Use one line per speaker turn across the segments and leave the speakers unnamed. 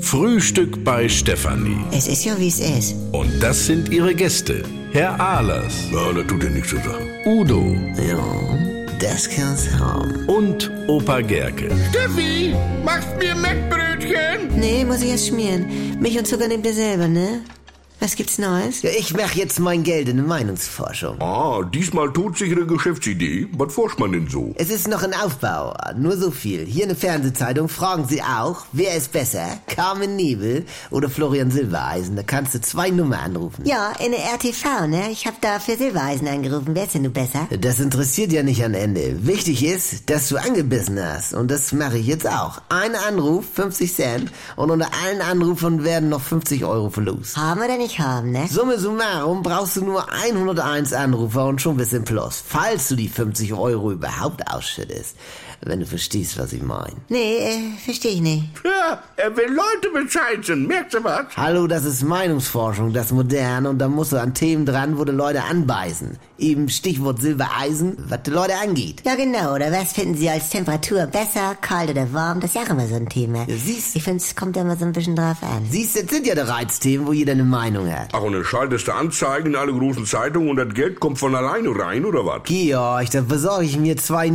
Frühstück bei Stefanie.
Es ist ja, wie es ist.
Und das sind ihre Gäste. Herr Ahlers,
Ja, das tut dir nichts zu sagen.
Udo
Ja, das kann's haben.
und Opa Gerke.
Steffi, machst mir Mettbrötchen?
Nee, muss ich erst schmieren. Milch und Zucker nehmt ihr selber, ne? Was gibt's Neues?
Ja, ich mache jetzt mein Geld in Meinungsforschung.
Ah, diesmal todsichere Geschäftsidee. Was forscht man denn so?
Es ist noch ein Aufbau, nur so viel. Hier eine Fernsehzeitung, fragen Sie auch, wer ist besser, Carmen Nebel oder Florian Silbereisen. Da kannst du zwei Nummern anrufen.
Ja, in der RTV, ne? Ich hab da für Silbereisen angerufen. Wer ist denn du besser?
Das interessiert ja nicht am Ende. Wichtig ist, dass du angebissen hast. Und das mache ich jetzt auch. Ein Anruf, 50 Cent. Und unter allen Anrufen werden noch 50 Euro verlost.
Haben oder nicht haben, ne?
Summe summarum brauchst du nur 101 Anrufer und schon bist im Plus. Falls du die 50 Euro überhaupt ausschüttest. Wenn du verstehst, was ich meine.
Nee, äh, verstehe ich nicht.
Ja, er will Leute bescheißen, merkst du was?
Hallo, das ist Meinungsforschung, das modern und da musst du an Themen dran, wo die Leute anbeißen. Eben Stichwort Silbereisen, was die Leute angeht.
Ja, genau. Oder was finden Sie als Temperatur besser, kalt oder warm? Das ist ja auch immer so ein Thema.
Ja, siehst-
Ich finde, es kommt ja immer so ein bisschen drauf an.
Siehst, das sind ja die Reizthemen, wo jeder eine Meinung hat.
Ach, und dann schaltest du Anzeigen in alle großen Zeitungen und das Geld kommt von alleine rein, oder was?
Georg, da besorge ich mir zwei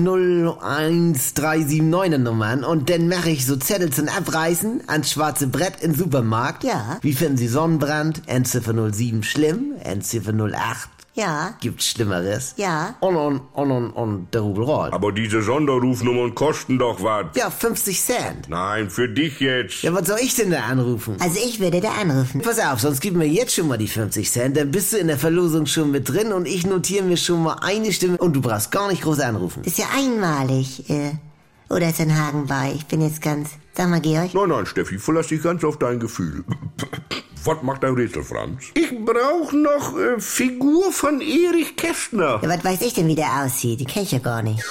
01379er Nummern und dann mache ich so Zettel zum Abreißen ans schwarze Brett im Supermarkt.
Ja.
Wie finden Sie Sonnenbrand? Endziffer 07 schlimm, Endziffer 08
Ja,
gibt Schlimmeres.
Ja.
Und, und, und, und, und der Rubel rollt.
Aber diese Sonderrufnummern kosten doch was.
Ja, 50 Cent.
Nein, für dich jetzt.
Ja, was soll ich denn da anrufen?
also ich würde da anrufen.
Pass auf, sonst gib mir jetzt schon mal die 50 Cent, dann bist du in der Verlosung schon mit drin und ich notiere mir schon mal eine Stimme und du brauchst gar nicht groß anrufen.
Ist ja einmalig. Äh, oder ist in Hagen bei? Ich bin jetzt ganz... Sag mal, Georg.
Nein, nein, Steffi, verlass dich ganz auf dein Gefühl. was macht dein Rätsel, Franz?
Ich brauch noch äh, Figur von Erich Kästner.
Ja, was weiß ich denn, wie der aussieht? Die kenn ich ja gar nicht.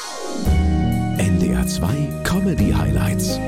NDR 2 Comedy Highlights.